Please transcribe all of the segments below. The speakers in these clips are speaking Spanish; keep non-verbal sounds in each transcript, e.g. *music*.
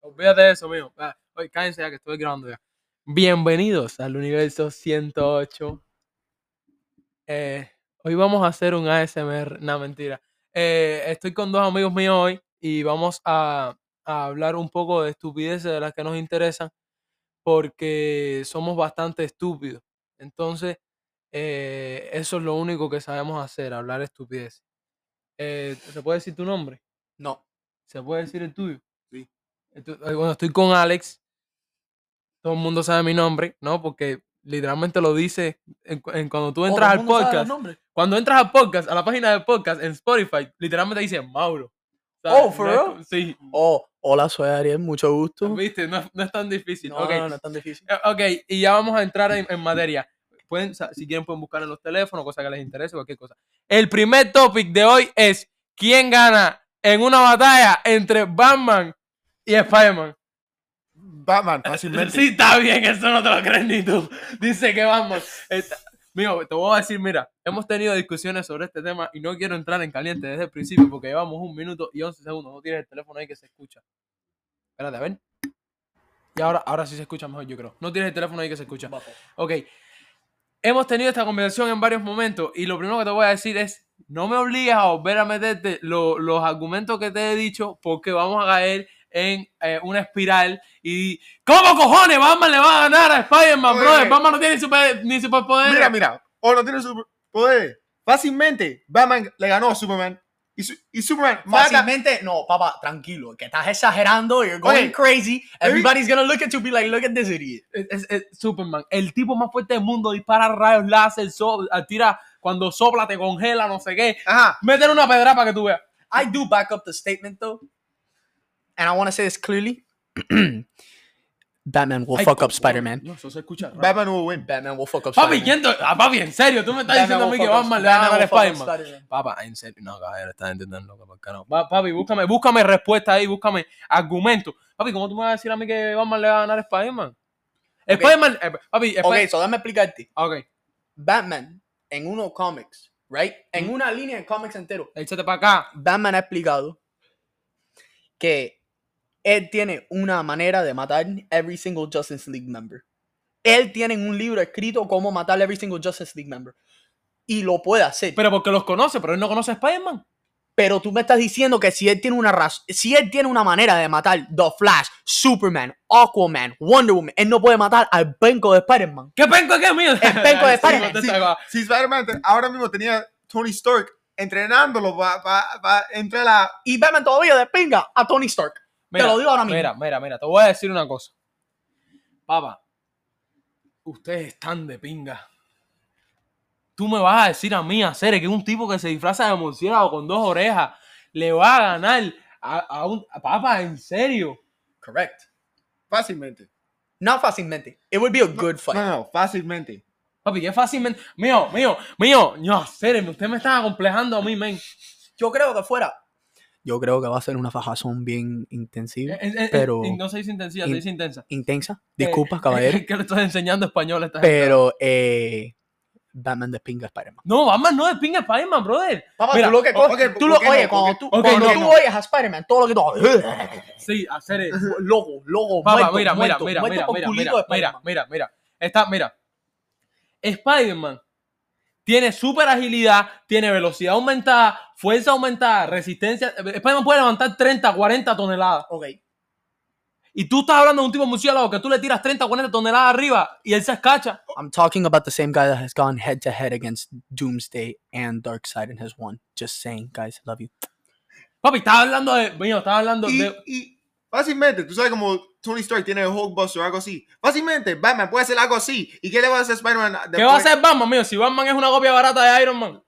Olvídate de eso, mío. Ah, oye, cállense ya que estoy grabando ya. Bienvenidos al universo 108. Eh, hoy vamos a hacer un ASMR. No, mentira. Eh, estoy con dos amigos míos hoy y vamos a, a hablar un poco de estupideces de las que nos interesan porque somos bastante estúpidos. Entonces, eh, eso es lo único que sabemos hacer, hablar estupideces. Eh, ¿Se puede decir tu nombre? No. ¿Se puede decir el tuyo? Sí. Estu- eh, Bueno, estoy con Alex. Todo el mundo sabe mi nombre, ¿no? Porque literalmente lo dice en cu- en cuando tú entras al podcast. Cuando entras al podcast, a la página del podcast en Spotify, literalmente dice Mauro. Oh, for No es- real? Sí. Oh, hola, soy Ariel, mucho gusto. ¿Viste? No, es- no es tan difícil. No, Ok. no, no es tan difícil. Eh, Ok, y ya vamos a entrar en, en materia. Pueden, sa- si quieren pueden buscar en los teléfonos, cosa que les interese, cualquier cosa. El primer topic de hoy es ¿Quién gana en una batalla entre Batman y Spider-Man? Batman, fácilmente. *laughs* Sí, está bien, eso no te lo crees ni tú. Dice que Batman... está- Mijo, te voy a decir, mira, hemos tenido discusiones sobre este tema y no quiero entrar en caliente desde el principio porque llevamos un minuto y once segundos. No tienes el teléfono ahí que se escucha. Espérate, a ver. Y ahora, ahora sí se escucha mejor, yo creo. No tienes el teléfono ahí que se escucha. Ok. Hemos tenido esta conversación en varios momentos y lo primero que te voy a decir es, no me obligues a volver a meterte lo- los argumentos que te he dicho porque vamos a caer en eh, una espiral y... ¿Cómo cojones Batman le va a ganar a Spider-Man, Oye. brother? Batman no tiene ni, super, ni superpoderes. Mira, mira. O no tiene superpoder. Fácilmente, Batman le ganó a Superman. Y, su- y Superman mata. Fácilmente, no, papá, tranquilo, que estás exagerando, you're going Oye, crazy, everybody's gonna look at you be like, look at this idiot. Es, es- es Superman, el tipo más fuerte del mundo, dispara rayos láser, so- ah, tira cuando sopla, te congela, no sé qué. Ajá. Métele una pedra para que tú veas. I do back up the statement though, and I want to say this clearly. *clears throat* Batman will Ay, fuck up cojones. Spider-Man. No, eso se escucha raro. Batman hubo win. Batman will fuck up Papi, ¿quién te- ah, papi, en serio, tú me estás diciendo a mí que Batman le va a ganar a Spider-Man. Spider-Man. Papá, en serio, no, caballero, estás entendiendo que por qué no. Pa- Papi, búscame, búscame respuesta ahí, búscame argumento. Papi, ¿cómo tú me vas a decir a mí que Batman le va a ganar a Spider-Man? Spider-Man, eh, papi, Spider- Okay, so déjame explicarte. ah, ok, Batman en uno comics, right? En una línea en comics entero. échate para acá. Batman ha explicado que él tiene una manera de matar every single Justice League member. Él tiene en un libro escrito cómo matar every single Justice League member. Y lo puede hacer. Pero, Pero porque los conoce, pero él no conoce a Spider-Man. tú me estás diciendo que si él tiene una raz- si él tiene una manera de matar The Flash, Superman, Aquaman, Wonder Woman, él no puede matar al penco de Spider-Man. ¿Qué penco que es *laughs* mío? El penco de Sí, Spider-Man. no te salgas. Si Spider-Man te- ahora mismo tenía Tony Stark entrenándolo para entrar a. Y Batman todavía de pinga a Tony Stark. Mira, Te lo digo ahora mismo. Mira, mira, mira, te voy a decir una cosa. Papá, ustedes están de pinga. Tú me vas a decir a mí, a Cere, que un tipo que se disfraza de murciélago con dos orejas le va a ganar a, a un. a- Papá, en serio. Correct. Fácilmente. No fácilmente. It would be a good fight. No, no, fácilmente. Papi, qué fácilmente. Mío, mío, mío. No, Cere, usted me está acomplejando a mí, men. Yo creo que fuera. Yo creo que va a ser una fajazón bien intensiva. Eh, eh, eh, Pero- y no se dice intensiva, se in- dice intensa. intensa. Disculpas, caballero. *laughs* que le estás enseñando español a esta gente. pero eh, Batman despinga a Spider-Man. No, Batman no es pinga Spider-Man, brother. Papá, Mira, tú lo que o- coges- ok, tú lo- ¿por qué oye, no? cuando ¿Por tú, qué- ok, cuando no, tú no. oyes a Spider-Man, todo lo que tú. Sí, a Cere. *laughs* loco, loco, Papá, muerto, mira, mira, muerto, mira, muerto mira, por mira, culito mira, de mira, Spider-Man. mira, mira. Está, mira. Spider-Man tiene super agilidad, tiene velocidad aumentada, fuerza aumentada, resistencia. Spider-Man puede levantar 30, 40 toneladas. Ok. Y tú estás hablando de un tipo murciélago que tú le tiras 30, 40 toneladas arriba y él se escacha. I'm talking about the same guy that has gone head to head against Doomsday and Darkseid and has won. Just saying, guys, love you. Papi, estaba hablando de. Mío, estaba hablando Y, de. y fácilmente, tú sabes como Tony Stark tiene el Hulkbuster o algo así. Fácilmente, Batman puede hacer algo así. ¿Y qué le va a hacer Spider-Man? ¿Qué va a después? hacer Batman, mío? Si Batman es una copia barata de Iron Man.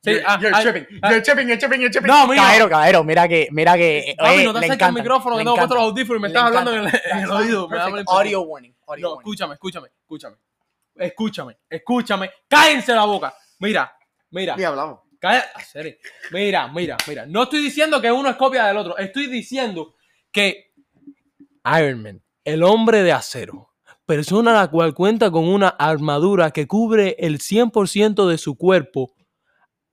Sí, You're- ah, you're ah, tripping, ah, you're tripping, you're tripping, you're tripping. No, mío. Caballero, caballero, mira que, mira que. eh, Papi, oye, no te le acerques al encantan, micrófono que le tengo puesto los encantan. audífonos y me Le estás hablando en el, encanta. en el That's oído. Me da perfect. mal impresión. Audio warning. Audio No, warning. escúchame, escúchame, escúchame, escúchame, escúchame, cállense la boca. Mira, mira, Ni hablamos. calla- ah, serio. mira, mira, mira. No estoy diciendo que uno es copia del otro, estoy diciendo que Iron Man, el hombre de acero, persona la cual cuenta con una armadura que cubre el 100% de su cuerpo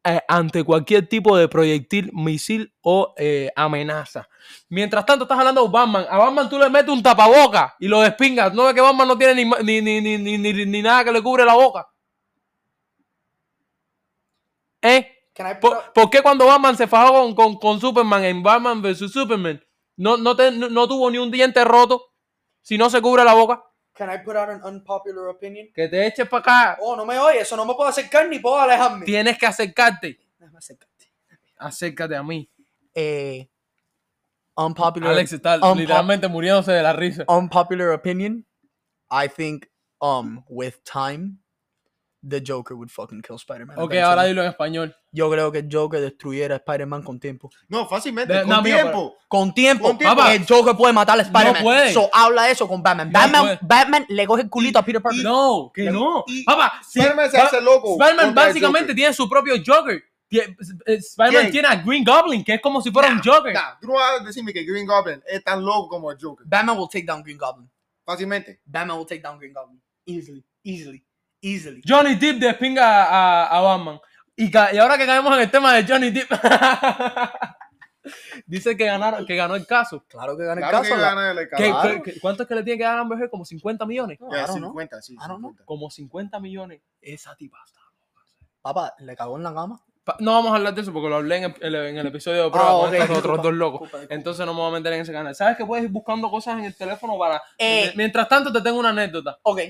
eh, ante cualquier tipo de proyectil, misil o eh, amenaza. Mientras tanto, estás hablando de Batman. A Batman tú le metes un tapaboca y lo despingas. No es que Batman no tiene ni, ma- ni, ni, ni, ni, ni- ni nada que le cubre la boca. ¿Eh? Can I put ¿Por, por qué cuando Batman se fajó con, con- con Superman en Batman vs Superman no, no, te- no- no tuvo ni un diente roto si no se cubre la boca? Can I put out an unpopular opinion? Que te eches para acá. Oh, no me oyes, eso no me puedo acercar ni puedo alejarme. Tienes que acercarte. Déjame acercarte. Acércate a mí. Eh, unpopular, Alex está unpo- literalmente muriéndose de la um, risa. unpopular opinion. I think, um, with time, the Joker would fucking kill Spider-Man. Ok, eventually. ahora dilo en español. Yo creo que el Joker destruyera a Spider-Man con tiempo. No, fácilmente. De- con no, mira, tiempo. Con tiempo, Con tiempo. el Joker puede matar a Spider-Man. puede. So, habla eso con Batman. No Batman, puede. Batman le coge el culito a Peter Parker. No, que no. y- Papá, sí, Spider-Man se Ba- hace loco Spider-Man contra el básicamente Joker. tiene su propio Joker. Tie- eh, Spider-Man ¿Quién? tiene a Green Goblin, que es como si fuera un Joker. Nah, tú no vas a decirme que Green Goblin es tan loco como el Joker. Batman will take down Green Goblin. Fácilmente. Batman will take down Green Goblin. Easily, easily, easily. Johnny Depp despinga a, a- a Batman. Y, ca- y ahora que caemos en el tema de Johnny Depp. *laughs* Dice que ganaron, que ganó el caso. Claro que gana Claro el que caso. la- gana el ¿Qué- caballo. qué- cuánto es que le tiene que dar a Amber Heard? Como 50 millones. No, Ya, I don't know. 50, sí. I don't know. 50. Como 50 millones. Esa tipa está. Papá, le cagó en la cama. Pa- No vamos a hablar de eso porque lo hablé en el, el- en el episodio de Ah, prueba con ok, estos disculpa, otros dos locos. disculpa, disculpa. Entonces no me voy a meter en ese canal. ¿Sabes que puedes ir buscando cosas en el teléfono para. Eh. M- Mientras tanto, te tengo una anécdota. Ok,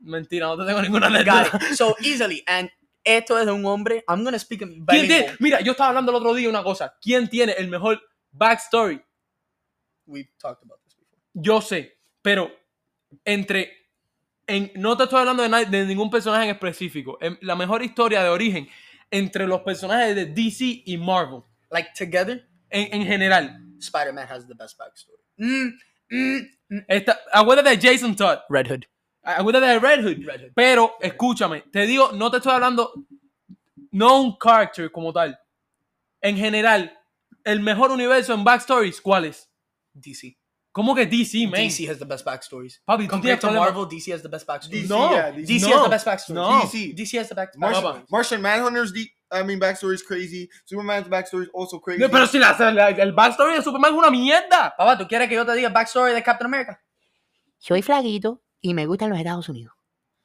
Mentira, no te tengo ninguna got anécdota. it. So, easily. And esto es de un hombre. I'm gonna speak ¿Quién in tiene- bilingual. Mira, yo estaba hablando el otro día una cosa. ¿Quién tiene el mejor backstory? We've talked about this before. Yo sé, pero entre. en- no te estoy hablando de, nadie- de ningún personaje en específico. Em, la mejor historia de origen entre los personajes de DC y Marvel. Like, together, En, en general. Spider-Man has the best backstory. Mm, mm, mm. Esta, acuérdate de Jason Todd. Red Hood. Acuérdate de Red Hood. Red Hood. Pero escúchame, te digo, no te estoy hablando. No un character como tal. En general, el mejor universo en backstories, ¿cuál es? DC. ¿Cómo que DC, man? DC has the best backstories. Papi, tú Compared tienes to problema- Marvel, DC has the best backstories. DC, No, yeah, DC no, has the best backstories. no. DC. DC has the best Martian, backstories. Martian Manhunter's deep. I mean, backstory is crazy. Superman's backstory is also crazy. No, pero si la, la- el backstory de Superman es una mierda. Papá, ¿tú quieres que yo te diga el backstory de Captain America? Soy flaguito y me gustan los Estados Unidos.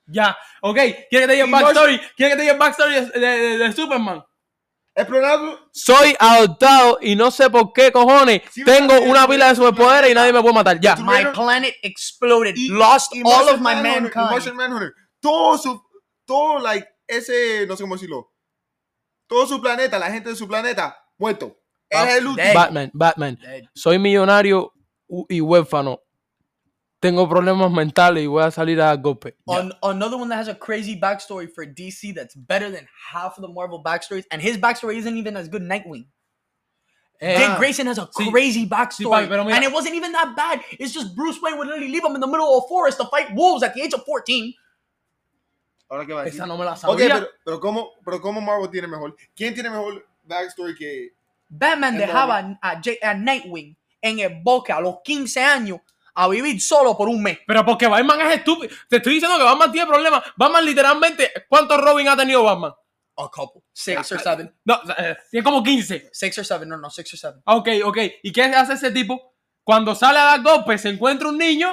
Ya, ok. ¿Quieres que te diga el Y Martian- backstory? ¿Quieres que te diga el backstory de, de- de Superman? Explorado. Soy adoptado y no sé por qué, cojones. Sí, Tengo una una pila de superpoderes y nadie me puede matar. Ya. Tú- My Tomato- planet exploded. Y- Lost y all of Martian my Manhunter, y mankind. Martian Manhunter. Todo su. Todo, like, ese. No sé cómo decirlo. Todo su planeta, la gente de su planeta, muerto. Él Ah, es el último. dead. Batman, Batman. Soy millonario u- y huérfano. Tengo problemas mentales y voy a salir a dar golpe. An- another one that has a crazy backstory for DC that's better than half of the Marvel backstories, and his backstory isn't even as good. Nightwing. Eh, Dick Grayson has a sí. crazy backstory, papi, pero mira- and it wasn't even that bad. It's just Bruce Wayne would literally leave him in the middle of a forest to fight wolves at the age of fourteen. Ahora que va a decir. esa no me la sabía. Ok, pero, pero, ¿cómo, pero ¿cómo Marvel tiene mejor? ¿Quién tiene mejor backstory que Batman Es dejaba a, a J- a Nightwing en el bosque a los 15 años a vivir solo por un mes. Pero porque Batman es estúpido. Te estoy diciendo que Batman tiene problemas. Batman literalmente, ¿cuántos Robin ha tenido Batman? A couple, six or seven, No, eh, tiene como 15. six or seven. No, no, six or seven. Ah, Ok, ok. ¿Y qué hace ese tipo? Cuando sale a dar golpes, se encuentra un niño.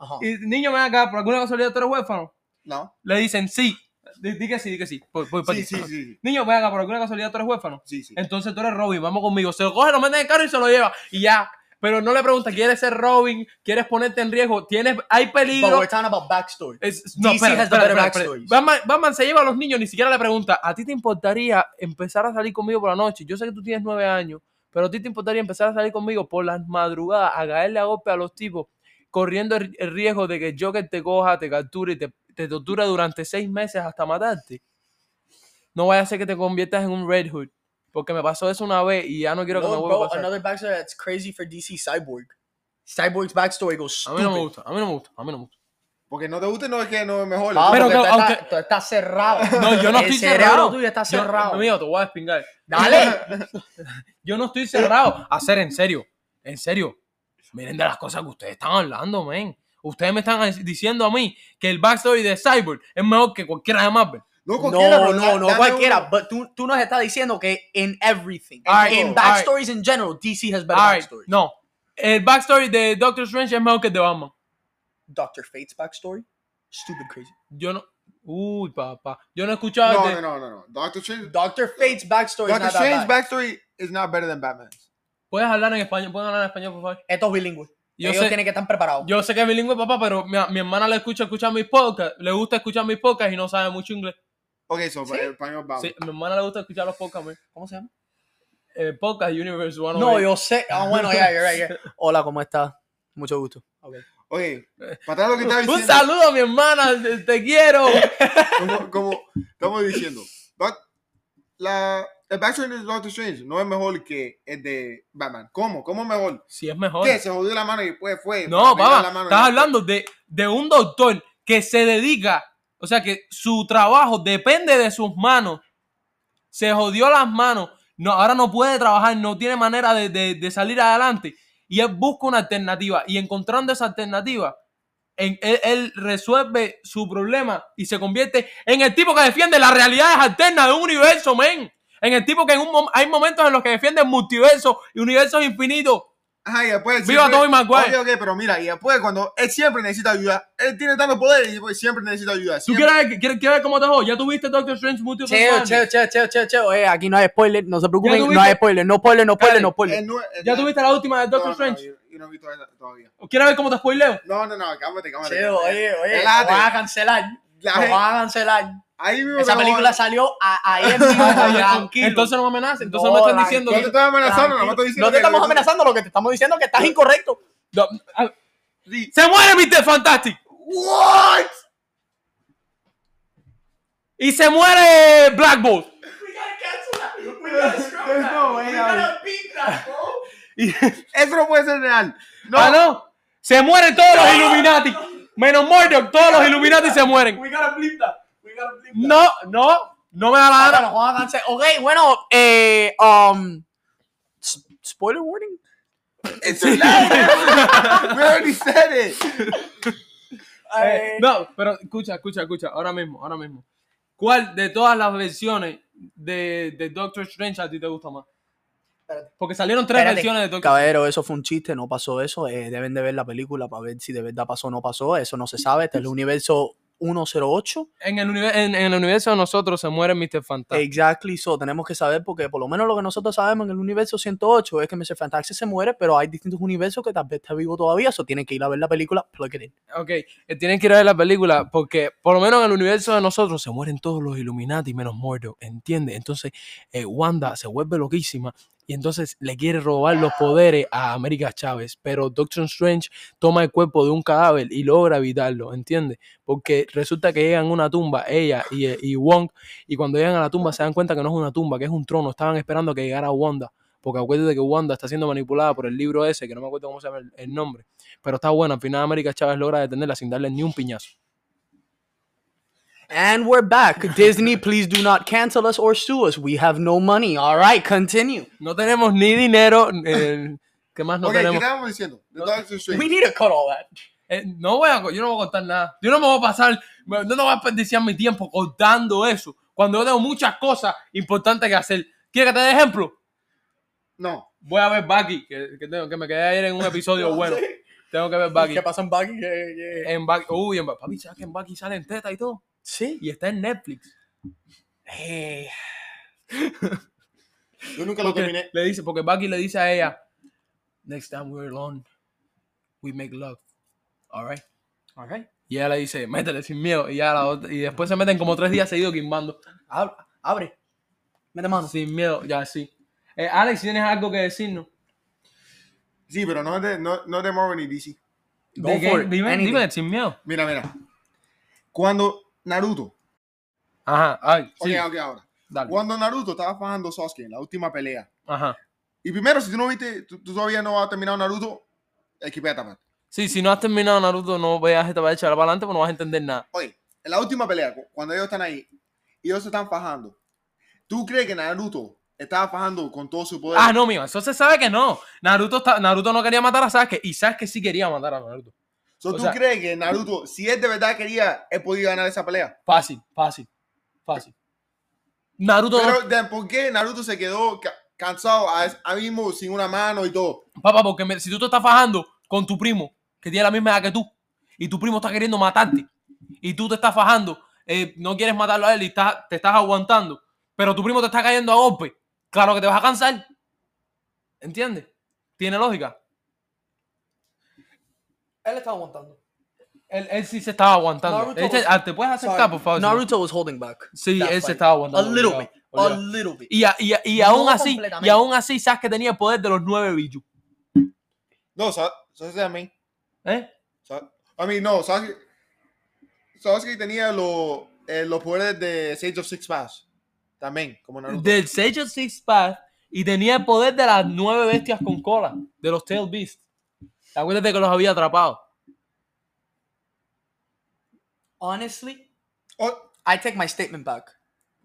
Uh huh. Y el niño ven acá, por alguna casualidad tú eres huérfano. No. Le dicen sí. Di, di que sí, di que sí. Voy- voy para Sí, ti. sí, sí, sí. Niño, ven acá, por alguna casualidad tú eres huérfano. Sí, sí. Entonces tú eres Robin, vamos conmigo. Se lo coge, lo mete en el carro y se lo lleva. Y ya. Pero no le pregunta, ¿quieres ser Robin? ¿Quieres ponerte en riesgo? ¿Tienes, hay But peligro? we're talking about backstory. Es- DC has the better backstories. Batman, Batman se lleva a los niños, ni siquiera le pregunta, ¿a ti te importaría empezar a salir conmigo por la noche? Yo sé que tú tienes nueve años, pero ¿a ti te importaría empezar a salir conmigo por las madrugadas, a caerle a golpe a los tipos, corriendo el, el riesgo de que el Joker te coja, te capture y te, te tortura durante seis meses hasta matarte? No vaya a ser que te conviertas en un Red Hood, porque me pasó eso una vez y ya no quiero que me No, vuelva bro, a pasar. another backstory that's crazy for DC Cyborg. Cyborg's backstory goes A mí no me stupid. gusta, a mí no me gusta, a mí no me gusta. Porque no te guste, no es que no es mejor. Ah, Pero que- porque tú estás- aunque- tú estás cerrado. *laughs* No, yo no El estoy cerebro cerrado. tuyo está Yo- cerrado. amigo, te voy a despingar. Dale. Yo no estoy cerrado a ser en serio. En serio. Miren de las cosas que ustedes están hablando, men. Ustedes me están diciendo a mí que el backstory de Cyborg es mejor que cualquiera de Marvel. No, No, cualquiera, no, pero da- no, dame cualquiera. uno. But tú, tú nos estás diciendo que in everything, Alright, in alright. backstories in general, DC has better Alright, backstories. no. El backstory de Doctor Strange es mejor que el de Batman. Doctor Fate's backstory, stupid crazy. Yo no. Uy, papá. Yo no he No, escuchado. el de- no, no, no, no. Doctor Strange, Doctor Fate's backstory is Doctor not that Strange's bad. backstory is not better than Batman's. Puedes hablar en español. Puedes hablar en español, por favor. Esto es bilingüe. Yo Ellos sé- tienen que estar preparados. Yo sé que es bilingüe, papá, pero mi, mi hermana le escucha escuchar mis podcasts. Le gusta escuchar mis podcasts y no sabe mucho inglés. Okay, so ¿Sí? eh, español Ah, Batman. Sí, a mi hermana le gusta escuchar los podcasts. man. ¿Cómo se llama? Eh, podcast Universe 101. No, yo sé. Ah, *laughs* bueno, ya, you're right, yeah. Hola, ¿cómo estás? Mucho gusto. Okay. Oye, para atrás lo que estaba Un diciendo. saludo a mi hermana, te, te quiero. como, como estamos diciendo, Doc- la, el backstory de Doctor Strange no es mejor que el de Batman. ¿Cómo? ¿Cómo es mejor? Si es mejor. ¿Qué? Se jodió la mano y después fue. No, para papá, arreglar la mano y estás después- hablando de, de un doctor que se dedica, o sea, que su trabajo depende de sus manos. Se jodió las manos, no, ahora no puede trabajar, no tiene manera de, de- de salir adelante. Y él busca una alternativa y encontrando esa alternativa, en- él, él resuelve su problema y se convierte en el tipo que defiende las realidades alternas de un universo, men. En el tipo que en un mom- hay momentos en los que defiende multiverso y universos infinitos. Ajá, y después. ¡Viva siempre- Tobey Maguire! Oye, ok, pero mira, y después cuando él siempre necesita ayuda, él tiene tanto poder y después siempre necesita ayuda. ¿Tú siempre- quieres, ver- quieres, quieres ver cómo te jodo? ¿Ya tuviste Doctor Strange Multiverse? Cheo, cheo, cheo, cheo, cheo, cheo. Eh, aquí no hay spoiler, no se preocupen, no tuviste- hay spoiler, no spoiler, no spoiler, no Él spoiler. no- él ¿Ya no- tuviste la última de No, Doctor no, no, Strange? yo, yo no he visto esa todavía. ¿Quieres ver cómo te *laughs* spoileo? No, no, no, cálmate, cálmate. Cheo, oye, oye, lo Relájate. van a cancelar. Lo La gente- van a cancelar. Ahí mismo Esa que- película salió a- ayer *laughs* mismo, tranquilo. Entonces no me amenaces, entonces No, me estás tranquilo. diciendo No te que... estás amenazando, no me estoy diciendo. no te que- estamos amenazando, lo que te estamos diciendo es que estás incorrecto. No, ah, Sí. ¡Se muere Mr. Fantastic! What? ¡Y se muere Black Bolt! *laughs* No, güey, no. *laughs* Y- Eso no puede ser real. No, ¡Ah, no! ¡Se mueren todos los Illuminati! Menos Murdoch, todos los Illuminati se mueren. No, no, no me da la Ahora gana. nos van a cancelar. Ok, bueno, eh, um, s- spoiler warning. it's *laughs* allowed. We already said it. Eh, Eh, no, pero escucha, escucha, escucha, ahora mismo, ahora mismo. ¿Cuál de todas las versiones de, de Doctor Strange a ti te gusta más? Espérate. Porque salieron tres Espérate. versiones de Doctor Caballero, eso fue un chiste, no pasó eso. eh, deben de ver la película para ver si de verdad pasó o no pasó. Eso no se sabe. Este es el universo 108. En el, univer- en, en el universo de nosotros se muere Mr. Fantastic. Exactly, so tenemos que saber porque por lo menos lo que nosotros sabemos en el universo 108 es que Mr. Fantastic se muere, pero hay distintos universos que tal vez está vivo todavía. Eso tienen que ir a ver la película. Plug it in. Ok, eh, tienen que ir a ver la película porque por lo menos en el universo de nosotros se mueren todos los Illuminati menos Murdoch, ¿entiendes? Entonces eh, Wanda se vuelve loquísima y entonces le quiere robar los poderes a América Chávez, pero Doctor Strange toma el cuerpo de un cadáver y logra evitarlo, ¿entiendes? Porque resulta que llegan a una tumba, ella y, eh, y Wong, y cuando llegan a la tumba se dan cuenta que no es una tumba, que es un trono, estaban esperando que llegara Wanda. Porque acuérdate que Wanda está siendo manipulada por el libro ese, que no me acuerdo cómo se llama el- el nombre pero está buena. Al final América Chávez logra detenerla sin darle ni un piñazo. And we're *laughs* back. Disney, please do not cancel us or sue us. We have no money. All right, continue. No tenemos ni dinero. eh, ¿Qué más no ok, ¿qué tenemos? estábamos diciendo? The Doctor Strange. We need to cut all that. Eh, no voy a, co- yo no voy a contar nada. Yo no me voy a pasar, no, no voy a desperdiciar mi tiempo contando eso. Cuando yo tengo muchas cosas importantes que hacer. ¿Quieres que te dé ejemplo? No. Voy a ver Bucky, que, que tengo, que me quedé ayer en un *laughs* episodio bueno. Tengo que ver Bucky. ¿Qué pasa en Bucky? En Bucky, uy, en Bucky, papi, ¿sabes que en Bucky sale en teta y todo? Sí. Y está en Netflix. Eh, Yo nunca lo *laughs* Porque terminé. le dice, porque Bucky le dice a ella, next time we're alone, we make love, alright? all right. Y ella le dice, métele sin miedo. Y, ya la otra- y después se meten como tres días seguidos quimbando. Ab- Abre. Mete mano. Sin miedo, ya sí. Eh, Alex, ¿tienes algo que decirnos? Sí, pero no es de, no, no es de Marvel ni DC. Go ¿De qué? for it, Dime, anything. dime, sin miedo. Mira, mira. Cuando Naruto. Ajá, ay, sí, Ok, ah, ok, ahora. dale. Cuando Naruto estaba fajando Sasuke en la última pelea. Ajá. Y primero, si tú no viste, tú, tú todavía no has terminado Naruto, equipéate, man. Sí, si no has terminado Naruto, no veas esta va a echar para adelante porque no vas a entender nada. Oye, en la última pelea, cu- cuando ellos están ahí, y ellos se están fajando. ¿Tú crees que Naruto estaba fajando con todo su poder? Ah, no, mío, eso se sabe que no. Naruto, está- Naruto no quería matar a Sasuke y Sasuke sí quería matar a Naruto. So, O ¿Tú sea- crees que Naruto, si él de verdad quería, él podía ganar esa pelea? Fácil, fácil, fácil. Naruto, Pero, de- ¿por qué Naruto se quedó ca- cansado a, a mismo sin una mano y todo? no- papá, porque me- si tú te estás fajando con tu primo, que tiene la misma edad que tú, y tu primo está queriendo matarte, y tú te estás fajando, eh, no quieres matarlo a él y estás- te estás aguantando, pero tu primo te está cayendo a golpe, claro que te vas a cansar. ¿Entiendes? ¿Tiene lógica? Él estaba aguantando. Él, él sí se estaba aguantando. Naruto Él se- was- ah, ¿Te puedes acercar, por favor? señor? Naruto was holding back. Sí, that él se fight. estaba aguantando. A little obligado, bit. A obligado. little bit. Y, a- y, a- y No aún así, y completamente. aún así, Sasuke tenía el poder de los nueve Biju. No, ¿sabes ¿sabes a mí? ¿Eh? Sa- A mí no, Sasuke, Sasuke tenía lo- eh, los poderes de Sage of Six Paths. También, como Naruto. Del Sage of Six Path y tenía el poder de las nueve bestias con cola, de los Tail Beasts. Acuérdate que los había atrapado. Honestly, Oh, I take my statement back.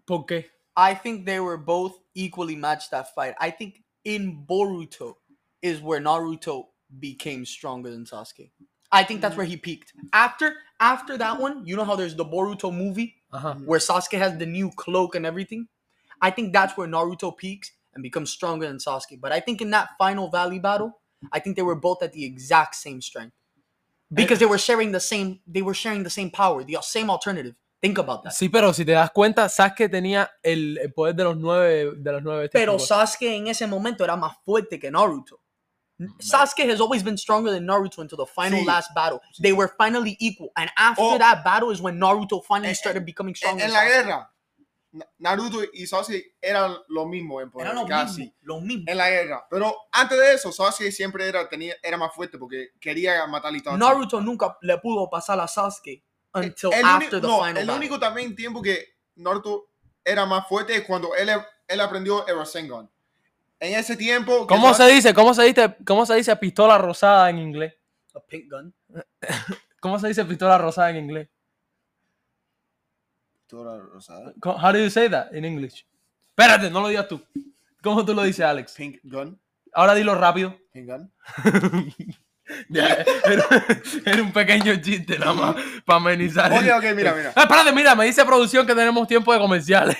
¿Por qué? I think they were both equally matched that fight. I think in Boruto is where Naruto became stronger than Sasuke. I think that's where he peaked. After after that one, you know how there's the Boruto movie Ajá. where Sasuke has the new cloak and everything. I think that's where Naruto peaks and becomes stronger than Sasuke. But I think in that final valley battle, I think they were both at the exact same strength. Because they were sharing the same they were sharing the same power, the same alternative. Think about that. Sí, pero si te das cuenta, Sasuke tenía el, el poder de los nueve, de las nueve bestias. Pero con cola. Sasuke en ese momento era más fuerte que Naruto. Mm, Sasuke has always been stronger than Naruto until the final Sí. last battle. They were finally equal, and after Oh. that battle is when Naruto finally Eh, started becoming en, stronger. en than la Sasuke. guerra, Na- Naruto y Sasuke eran lo mismo en poder, Era lo casi. mismo, lo mismo. En la guerra. Pero antes de eso, Sasuke siempre era, tenía, era más fuerte porque quería matar a Itachi. Naruto nunca le pudo pasar a Sasuke until el uni- after the no, final el battle. único también tiempo que Naruto era más fuerte es cuando él, él aprendió el Rasengan. En ese tiempo... que ¿Cómo se Sasuke- dice? ¿Cómo se dice? ¿Cómo se dice pistola rosada en inglés? A pink gun. ¿Cómo se dice pistola rosada en inglés? Doctora Rosada. Co- How do you say that in English? Espérate, no lo digas tú. ¿Cómo tú lo dices, Alex? Pink Gun. Ahora dilo rápido. Pink Gun. Ya, era, *laughs* era un pequeño chiste nada más para amenizar. el- Ok, ok, mira, mira. Ah, espérate, mira, me dice producción que tenemos tiempo de comerciales.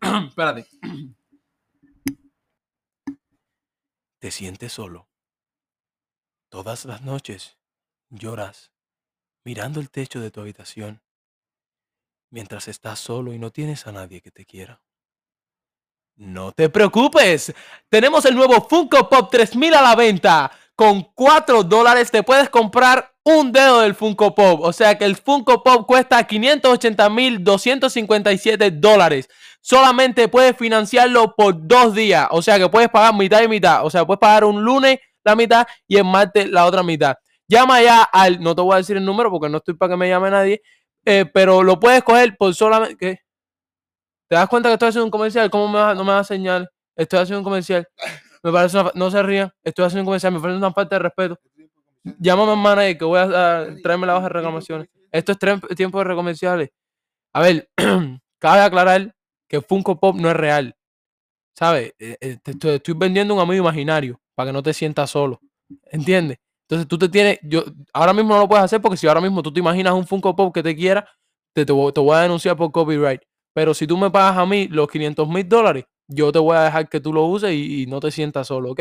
*coughs* espérate. Te sientes solo. Todas las noches lloras mirando el techo de tu habitación mientras estás solo y no tienes a nadie que te quiera. No te preocupes, tenemos el nuevo Funko Pop 3000 a la venta. Con 4 dólares te puedes comprar un dedo del Funko Pop. O sea que el Funko Pop cuesta 580.257 dólares. Solamente puedes financiarlo por dos días. O sea que puedes pagar mitad y mitad. O sea, puedes pagar un lunes la mitad y el martes la otra mitad. Llama ya al... No te voy a decir el número porque no estoy para que me llame nadie. eh, pero lo puedes coger por solamente... ¿Qué? ¿Te das cuenta que estoy haciendo un comercial? ¿Cómo me vas a- no me vas a señalar? Estoy haciendo un comercial. Me parece una fa- No se rían. Estoy haciendo un comercial. Me parece una falta de respeto. Llámame al manager que voy a, a traerme la hoja de reclamaciones. Esto es tre- tiempo de recomerciales. A ver, *clears throat* cabe aclarar que Funko Pop no es real. ¿Sabes? Eh, eh, Te estoy, estoy vendiendo un amigo imaginario para que no te sientas solo. ¿Entiendes? Entonces tú te tienes. Yo, ahora mismo no lo puedes hacer porque si ahora mismo tú te imaginas un Funko Pop que te quiera, te, te voy te voy a denunciar por copyright. Pero si tú me pagas a mí los 500 mil dólares, yo te voy a dejar que tú lo uses y, y no te sientas solo, ¿ok?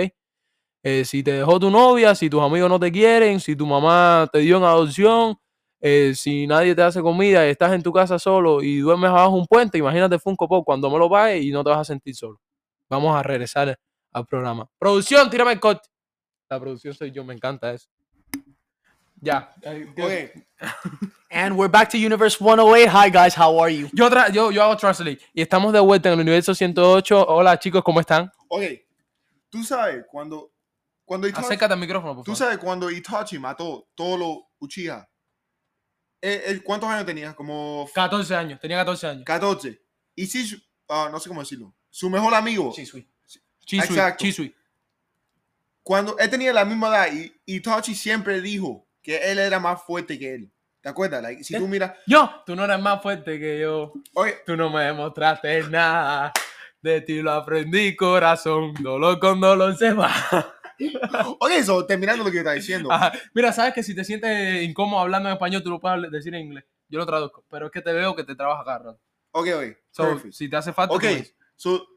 Eh, si te dejó tu novia, si tus amigos no te quieren, si tu mamá te dio en adopción, eh, si nadie te hace comida y estás en tu casa solo y duermes abajo de un puente, imagínate Funko Pop cuando me lo pague y no te vas a sentir solo. Vamos a regresar al programa. Producción, tírame el corte. La producción soy yo, me encanta eso. Ya. eh, Ok. And we're back to Universe 108. Hi guys, how are you? Yo, tra- yo, yo hago Translate y estamos de vuelta en el universo 108. Hola chicos, ¿cómo están? Ok, tú sabes cuando cuando Itachi, Acércate al micrófono, por tú favor. sabes cuando Itachi mató todos los Uchiha. Él- él ¿Cuántos años tenía? Como 14 años, tenía 14 años. 14. Y si su- ah, no sé cómo decirlo. Su mejor amigo, Chisui, Exacto. Chisui. cuando él tenía la misma edad y Itachi siempre dijo que él era más fuerte que él. ¿Te acuerdas? Like, si tú miras, Yo, tú no eres más fuerte que yo. oye, Tú no me demostraste nada. De ti lo aprendí, corazón. Dolor con dolor se va. *laughs* Ok, eso, terminando lo que yo estaba diciendo. Ajá. Mira, sabes que si te sientes incómodo hablando en español, tú lo puedes habl- decir en inglés. Yo lo traduzco, pero es que te veo que te trabajas cada rato. Ok, ok. So, Perfect. si te hace falta, tú me Ok, dices. so,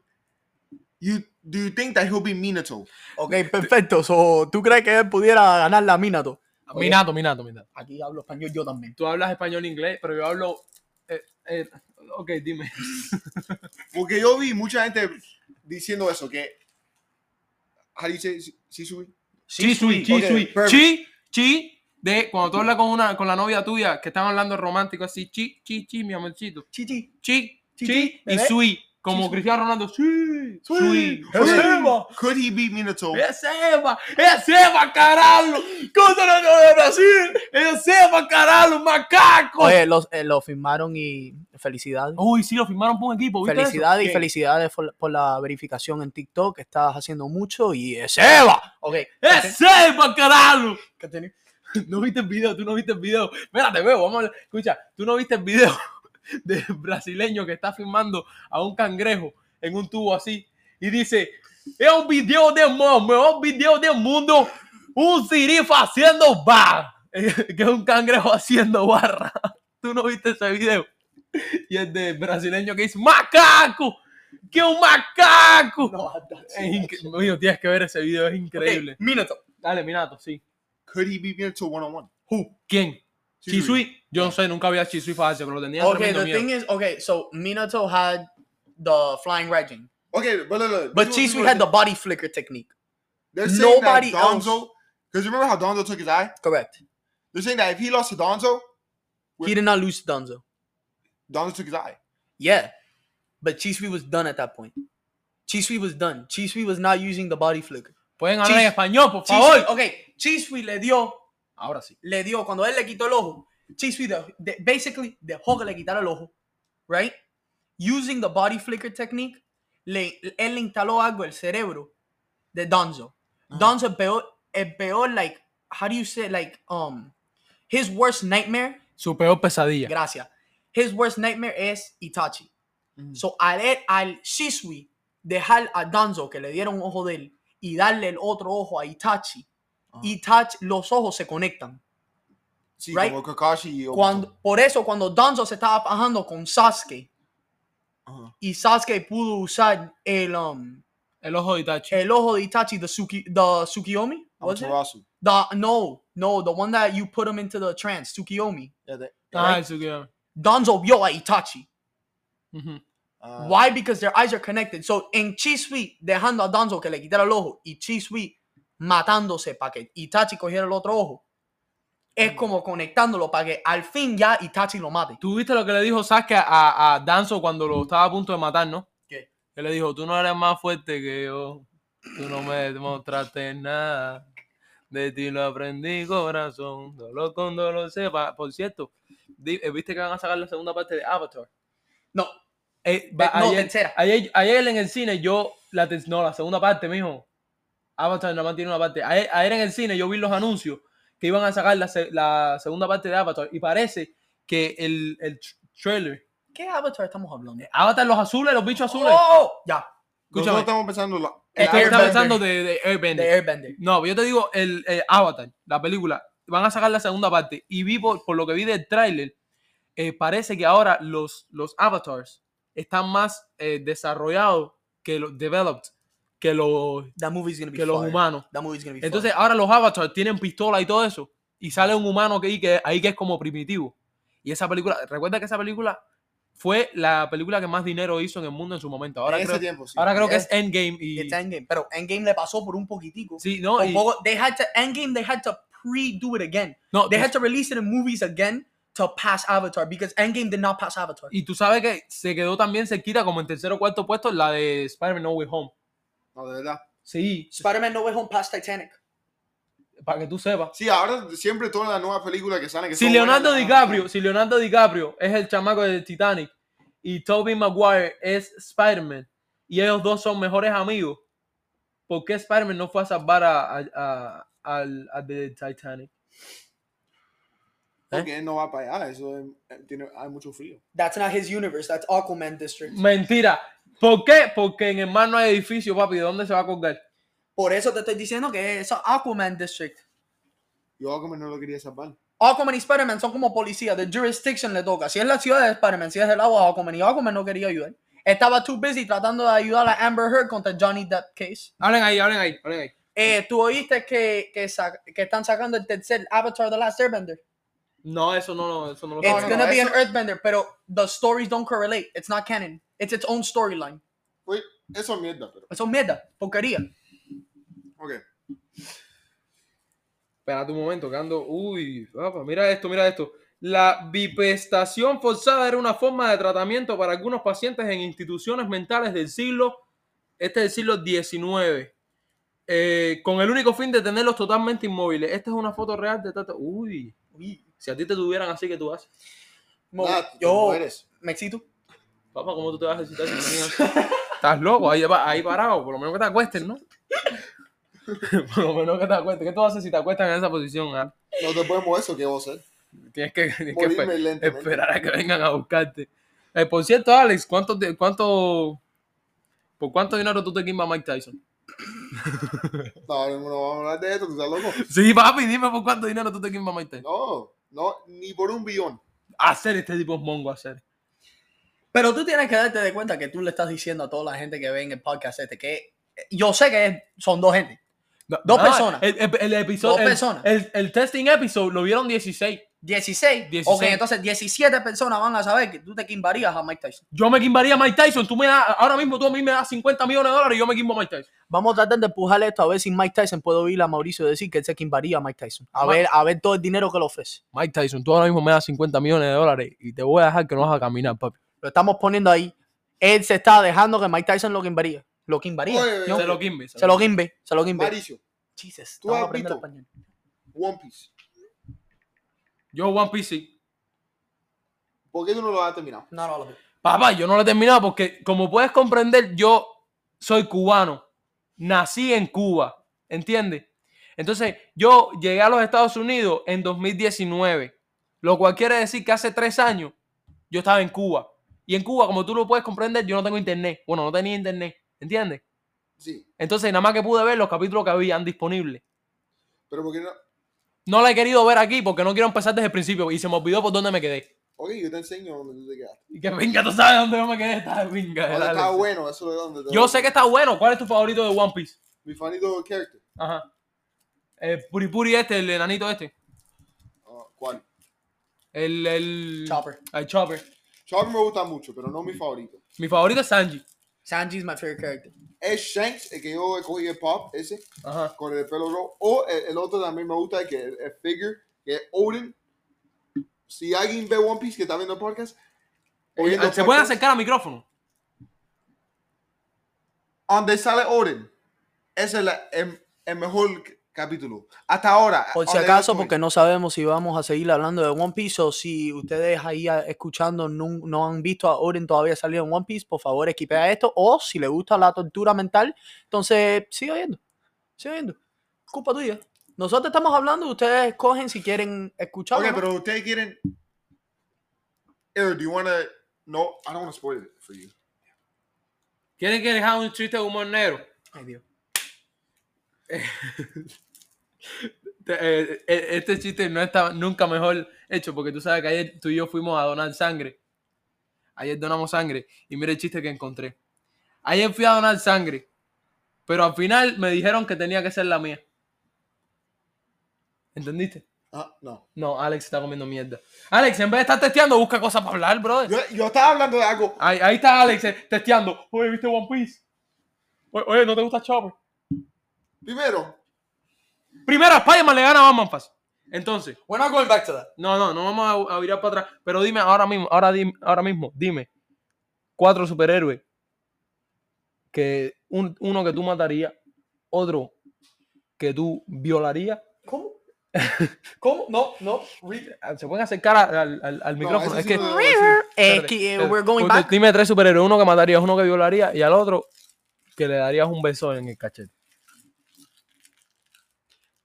you, do you think that he'll be Minato? Ok, perfecto. So, ¿Tú crees que él pudiera ganar la Minato? Ok. Minato, Minato, Minato. Aquí hablo español yo también. Tú hablas español e inglés, pero yo hablo. eh, eh, ok, dime. Porque yo vi mucha gente diciendo eso, que... How do you say it? Shisui? Chi sui, chi Ok, sui. perfect. Chi, chi. De cuando tú hablas con, una, con la novia tuya, que están hablando romántico así, chi, chi, chi, mi amorcito. Chichi. Chi, chi, Chi, chi, y bebé. sui. Chi, Como sui. Cristiano Ronaldo, sí, Sui. sui, Could he- Seba. Could he be Minato? ¡Es Eva! ¡Es Eva, carajo! ¡Cosa no no, de Brasil! ¡Es Eva, carajo, macaco! Oye, los, eh, lo firmaron y felicidades. Uy, sí, lo firmaron por un equipo. ¿viste Felicidades y eso? felicidades por, por la verificación en TikTok, que estás haciendo mucho y es Eva. Ok. ¡Es Eva, carajo! ¿Qué tiene? *laughs* No viste el video, tú no viste el video. Mira, te veo, vamos a Escucha, tú no viste el video *laughs* del brasileño que está filmando a un cangrejo en un tubo así y dice: Es un video de mundo, mejor video del mundo. Un sirifa haciendo bar. *laughs* Que es un cangrejo haciendo barra. *laughs* Tú no viste ese video. Y el de brasileño que dice: ¡Macaco! ¡Que un macaco! No, Es incre- Mío, tienes que ver ese video, es increíble. Minato. Dale, Minato, sí. Could he be Minato one on one? ¿Quién? Chisui, yo no sé, nunca había Chisui fácil, pero lo tenía Okay, tremendo the miedo. thing is, okay, so Minato had the flying regin, Okay, but look, look. but this is Chisui what had the people body flicker technique. are saying. They're saying nobody that else- Donzo, because remember how Donzo took his eye? Correct. They're saying that if he lost to Donzo, He did not lose to Donzo. Donzo took his eye. Yeah, but Chisui was done at that point. Chisui was done. Chisui was not using the body flicker. Pueden hablar en Chis- español, por Chisui, favor. okay, Chisui le dio, Ahora sí. le dio cuando él le quitó el ojo. Chisui de- de- basically dejó que le quitara el ojo, right? Using the body flicker technique, le, él le instaló algo el cerebro de Donzo. Don's a peor, a peor like how do you say like um his worst nightmare. Su peor pesadilla. Gracias. His worst nightmare es Itachi. Mm. So al él- al Shisui dejar a Danzo que le dieron un ojo de él y darle el otro ojo a Itachi, Ah. Itachi los ojos se conectan. Sí, Right? como Kakashi y Obito. Cuando, por eso cuando Danzo se estaba bajando con Sasuke Ajá. y Sasuke pudo usar el um, El ojo de Itachi. el ojo de Itachi the Suki the Tsukiyomi, was it? Amaterasu. The no, no, the one that you put him into the trance, Tsukiyomi. Yeah, that- Ah, right? el Tsukiyomi. Danzo vio a Itachi. Ujú. uh, Why? Because their eyes are connected. So en Chisui dejando a Danzo que le quitara el ojo y Chisui matándose para que Itachi cogiera el otro ojo. Mm. Es como conectándolo para que al fin ya Itachi lo mate. ¿Tú viste lo que le dijo Sasuke a, a Danzo cuando lo estaba a punto de matar, no? ¿Qué? Que le dijo, tú no eres más fuerte que yo. Tú no me demostraste nada. De ti lo aprendí, corazón. Dolor con dolor sepa. Por cierto, di- eh, ¿viste que van a sacar la segunda parte de Avatar? No, Eh, Ve- va- no, ayer, tercera. ayer- ayer en el cine yo la ter- no la segunda parte mijo Avatar nada más tiene una parte ayer, ayer en el cine yo vi los anuncios que iban a sacar la, se- la segunda parte de Avatar y parece que el, el tr- trailer ¿qué avatar estamos hablando? Avatar los azules los bichos azules Oh, ya. Nosotros escúchame estamos pensando la- El estaba- Airbender. estaba pensando de, de Airbender De Airbender. no yo te digo el eh, Avatar la película van a sacar la segunda parte y vi por, por lo que vi del trailer parece que ahora los, los avatars están más eh, desarrollados que los developed que los That movie's gonna be que los fire. humanos. That movie's gonna be Entonces fire. ahora los avatars tienen pistola y todo eso. Y sale un humano que ahí que, ahí que es como primitivo. Y esa película, recuerda que esa película fue la película que más dinero hizo en el mundo en su momento. Ahora en Este ese creo, tiempo, sí. ahora creo que Es- es Endgame y... It's Endgame. Pero Endgame le pasó por un poquitico. Sí, no, Un y- poco- they had to, Endgame, they had to pre-do it again. no, They tú- had to release it in movies again to pass Avatar because Endgame did not pass Avatar. y tú sabes que se quedó también cerquita como en tercero o cuarto puesto la de Spider-Man No Way Home. No, de verdad. Sí, Spider-Man No Way Home passed Titanic. para que tú sepas. Sí, ahora siempre todas las nuevas películas que salen. Que Si son Leonardo buenas, DiCaprio, si Leonardo DiCaprio es el chamaco de Titanic y Tobey Maguire es Spider-Man y ellos dos son mejores amigos, ¿por qué Spider-Man no fue a salvar a, a- a- al, al de Titanic? Porque él no va para allá. Eso es- eh, tiene, hay mucho frío. That's not his universe. That's Aquaman District. Mentira. ¿Por qué? Porque en el mar no hay edificio, papi. ¿De dónde se va a colgar? Por eso te estoy diciendo que es Aquaman District. Yo Aquaman no lo quería salvar. Aquaman y Spider-Man son como policías. The jurisdiction le toca. Si es la ciudad de Spider-Man, si es el agua, Aquaman. Y Aquaman no quería ayudar. Estaba too busy tratando de ayudar a Amber Heard contra Johnny Depp case. Hablen ahí, hablen ahí, hablen ahí. Eh, ¿Tú oíste que, que, sa- que están sacando el tercer Avatar The Last Airbender? No, eso no, lo- eso no lo It's no, gonna be an eso- Earthbender, pero the stories don't correlate. It's not canon. It's its own storyline. Uy, Pues, eso es mierda, pero. Eso es mierda, porquería. Ok. Espérate un momento, que ando. Uy, papá, mira esto, mira esto. La bipestación forzada era una forma de tratamiento para algunos pacientes en instituciones mentales del siglo, este es el siglo XIX, eh, con el único fin de tenerlos totalmente inmóviles. Esta es una foto real de Tata. Uy, Uy, si a ti te tuvieran así, que tú haces? mo- Nada, tú yo eres. me excito. Papá, ¿cómo tú te vas a excitar si te tienen así? Estás loco, ahí, pa- ahí parado, por lo menos que te acuesten, ¿no? *laughs* por lo menos que te acuesten. ¿Qué tú haces si te acuestan en esa posición? ah? No te podemos eso, ¿qué vos hacer? Tienes que, *laughs* tienes que Morirme esper- lentamente. esperar a que vengan a buscarte. Eh, por cierto, Alex, ¿cuánto, de- cuánto, ¿por cuánto dinero tú te quimas a Mike Tyson? No, no, no vamos a hablar de esto, tú estás loco. Sí, papi, dime por cuánto dinero tú te quimas a Mike Tyson. No, no, ni por un billón. Hacer este tipo es mongo, hacer. Pero tú tienes que darte de cuenta que tú le estás diciendo a toda la gente que ve en el podcast este que yo sé que es- son dos gente. No, Dos no, personas. El, el- el episodio, Dos el- personas. El, el testing episode lo vieron 16. 16. 16. Ok, entonces 17 personas van a saber que tú te quimbarías a Mike Tyson. Yo me quimbaría a Mike Tyson. Tú me das, ahora mismo tú a mí me das 50 millones de dólares y yo me quimbo a Mike Tyson. Vamos a tratar de empujar esto a ver si Mike Tyson puede oír a Mauricio decir que él se quimbaría a Mike Tyson. A Ma- ver, a ver todo el dinero que le ofrece. Mike Tyson, tú ahora mismo me das 50 millones de dólares y te voy a dejar que no vas a caminar, papi. Lo estamos poniendo ahí. Él se está dejando que Mike Tyson lo quimbaría. Lo quimbaría. Oye, Yo- Se lo quimbe. se lo quimbe. Se lo quimbe. Mauricio, Jesus, ¿tú vamos a has aprender visto? español. One Piece. Yo One Piece sí. ¿Por qué tú no lo has terminado? No, no, lo vi. Papá, yo no lo he terminado porque, como puedes comprender, yo soy cubano. Nací en Cuba. ¿Entiendes? Entonces, yo llegué a los Estados Unidos en 2019. Lo cual quiere decir que hace tres años yo estaba en Cuba. Y en Cuba, como tú lo puedes comprender, yo no tengo internet. Bueno, no tenía internet. ¿Entiendes? Sí, Entonces, nada más que pude ver los capítulos que habían disponibles. pero ¿por qué no? No la he querido ver aquí porque no quiero empezar desde el principio y se me olvidó por dónde me quedé. Ok, yo te enseño dónde tú te quedaste. Y que venga, tú sabes dónde yo me quedé. *laughs* Está de pinga, Ahora dale. está bueno, eso es donde te Yo sé que está bueno. ¿Cuál es tu favorito de One Piece? Mi fanito character. Ajá. El Puripuri este, el enanito este. Ah, ¿Cuál? El, el... Chopper. El Chopper. Chopper me gusta mucho, pero no mi favorito. Mi favorito es Sanji. Sanji is my favorite character. Es Shanks, el que yo he cogido el pop, ese, Ajá. con el pelo rojo. O el, el otro también me gusta, que es el Figure, que es Odin. Si alguien ve One Piece que está viendo el podcast, Eh, oyendo ¿Se podcast, pueden acercar al micrófono? Donde sale Odin, ese es la- el, el mejor c- capítulo. Hasta ahora. Por si donde acaso, yo estoy. porque no sabemos si vamos a seguir hablando de One Piece o si ustedes ahí ah, escuchando nun- no, han visto a Oren todavía salir en One Piece, por favor equipea esto. O si le gusta la tortura mental, entonces sigue oyendo. Sigue oyendo. Culpa tuya. Nosotros estamos hablando, ustedes escogen si quieren escuchar. Ok, pero ustedes quieren. Eric, do you wanna? No, I don't wanna spoil it for you. ¿Quieren que les haga un chiste de humor negro? Ay, Dios. Te- eh, eh, Este chiste no está nunca mejor hecho porque tú sabes que ayer tú y yo fuimos a donar sangre. Ayer donamos sangre y mira el chiste que encontré. Ayer fui a donar sangre, pero al final me dijeron que tenía que ser la mía. ¿Entendiste? Ah, no. No, Alex está comiendo mierda. Alex, en vez de estar testeando, busca cosas para hablar, brother. Yo, yo estaba hablando de algo. Ahí, ahí está Alex eh, testeando. Oye, ¿viste One Piece? Oye, oye, ¿no te gusta pues? Chopper? Primero, Primero, Spider-Man le gana a Batman fácil. Entonces, We're not going back to that. no, no, no vamos a, a virar para atrás. Pero dime ahora mismo, ahora, dim- ahora mismo, dime. Cuatro superhéroes. Que un- uno que tú matarías, otro que tú violarías. ¿Cómo? *laughs* ¿Cómo? No, no. re- Ah, Se pueden acercar a- al, al- al micrófono. ese es sí que, no lo voy a decir. Es Espérate, que eh, espérate. we're going Tú- tú back. Dime tres superhéroes, uno que matarías, uno que violarías y al otro que le darías un beso en el cachete.